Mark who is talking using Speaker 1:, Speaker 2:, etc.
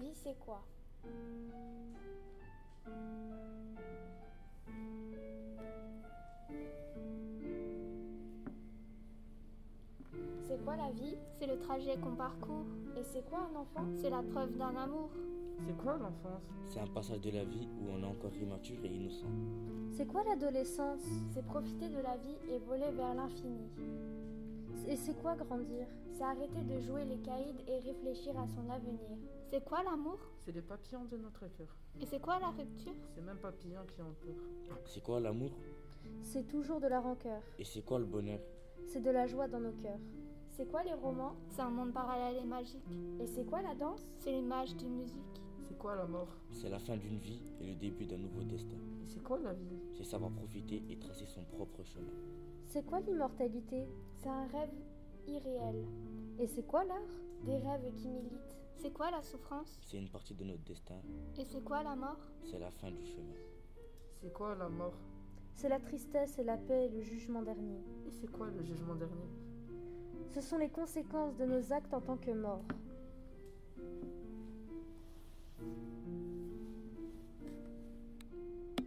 Speaker 1: vie, c'est quoi C'est quoi la vie
Speaker 2: C'est le trajet qu'on parcourt.
Speaker 1: Et c'est quoi un enfant
Speaker 2: C'est la preuve d'un amour.
Speaker 3: C'est quoi l'enfance
Speaker 4: C'est un passage de la vie où on est encore immature et innocent.
Speaker 5: C'est quoi l'adolescence
Speaker 1: C'est profiter de la vie et voler vers l'infini.
Speaker 5: Et c'est quoi grandir
Speaker 1: C'est arrêter de jouer les caïds et réfléchir à son avenir.
Speaker 2: C'est quoi l'amour
Speaker 3: C'est les papillons de notre cœur.
Speaker 2: Et c'est quoi la rupture
Speaker 3: C'est même papillons qui ont peur.
Speaker 4: C'est quoi l'amour
Speaker 5: C'est toujours de la rancœur.
Speaker 4: Et c'est quoi le bonheur
Speaker 5: C'est de la joie dans nos cœurs.
Speaker 1: C'est quoi les romans
Speaker 2: C'est un monde parallèle et magique.
Speaker 1: Et c'est quoi la danse
Speaker 2: C'est l'image d'une musique.
Speaker 3: C'est quoi la mort
Speaker 4: C'est la fin d'une vie et le début d'un nouveau destin.
Speaker 3: Et c'est quoi la vie
Speaker 4: C'est savoir profiter et tracer son propre chemin.
Speaker 5: C'est quoi l'immortalité
Speaker 1: C'est un rêve irréel.
Speaker 5: Et c'est quoi l'art
Speaker 1: Des rêves qui militent.
Speaker 2: C'est quoi la souffrance
Speaker 4: C'est une partie de notre destin.
Speaker 2: Et c'est quoi la mort
Speaker 4: C'est la fin du chemin.
Speaker 3: C'est quoi la mort
Speaker 5: C'est la tristesse et la paix et le jugement dernier.
Speaker 3: Et c'est quoi le jugement dernier
Speaker 5: Ce sont les conséquences de nos actes en tant que morts.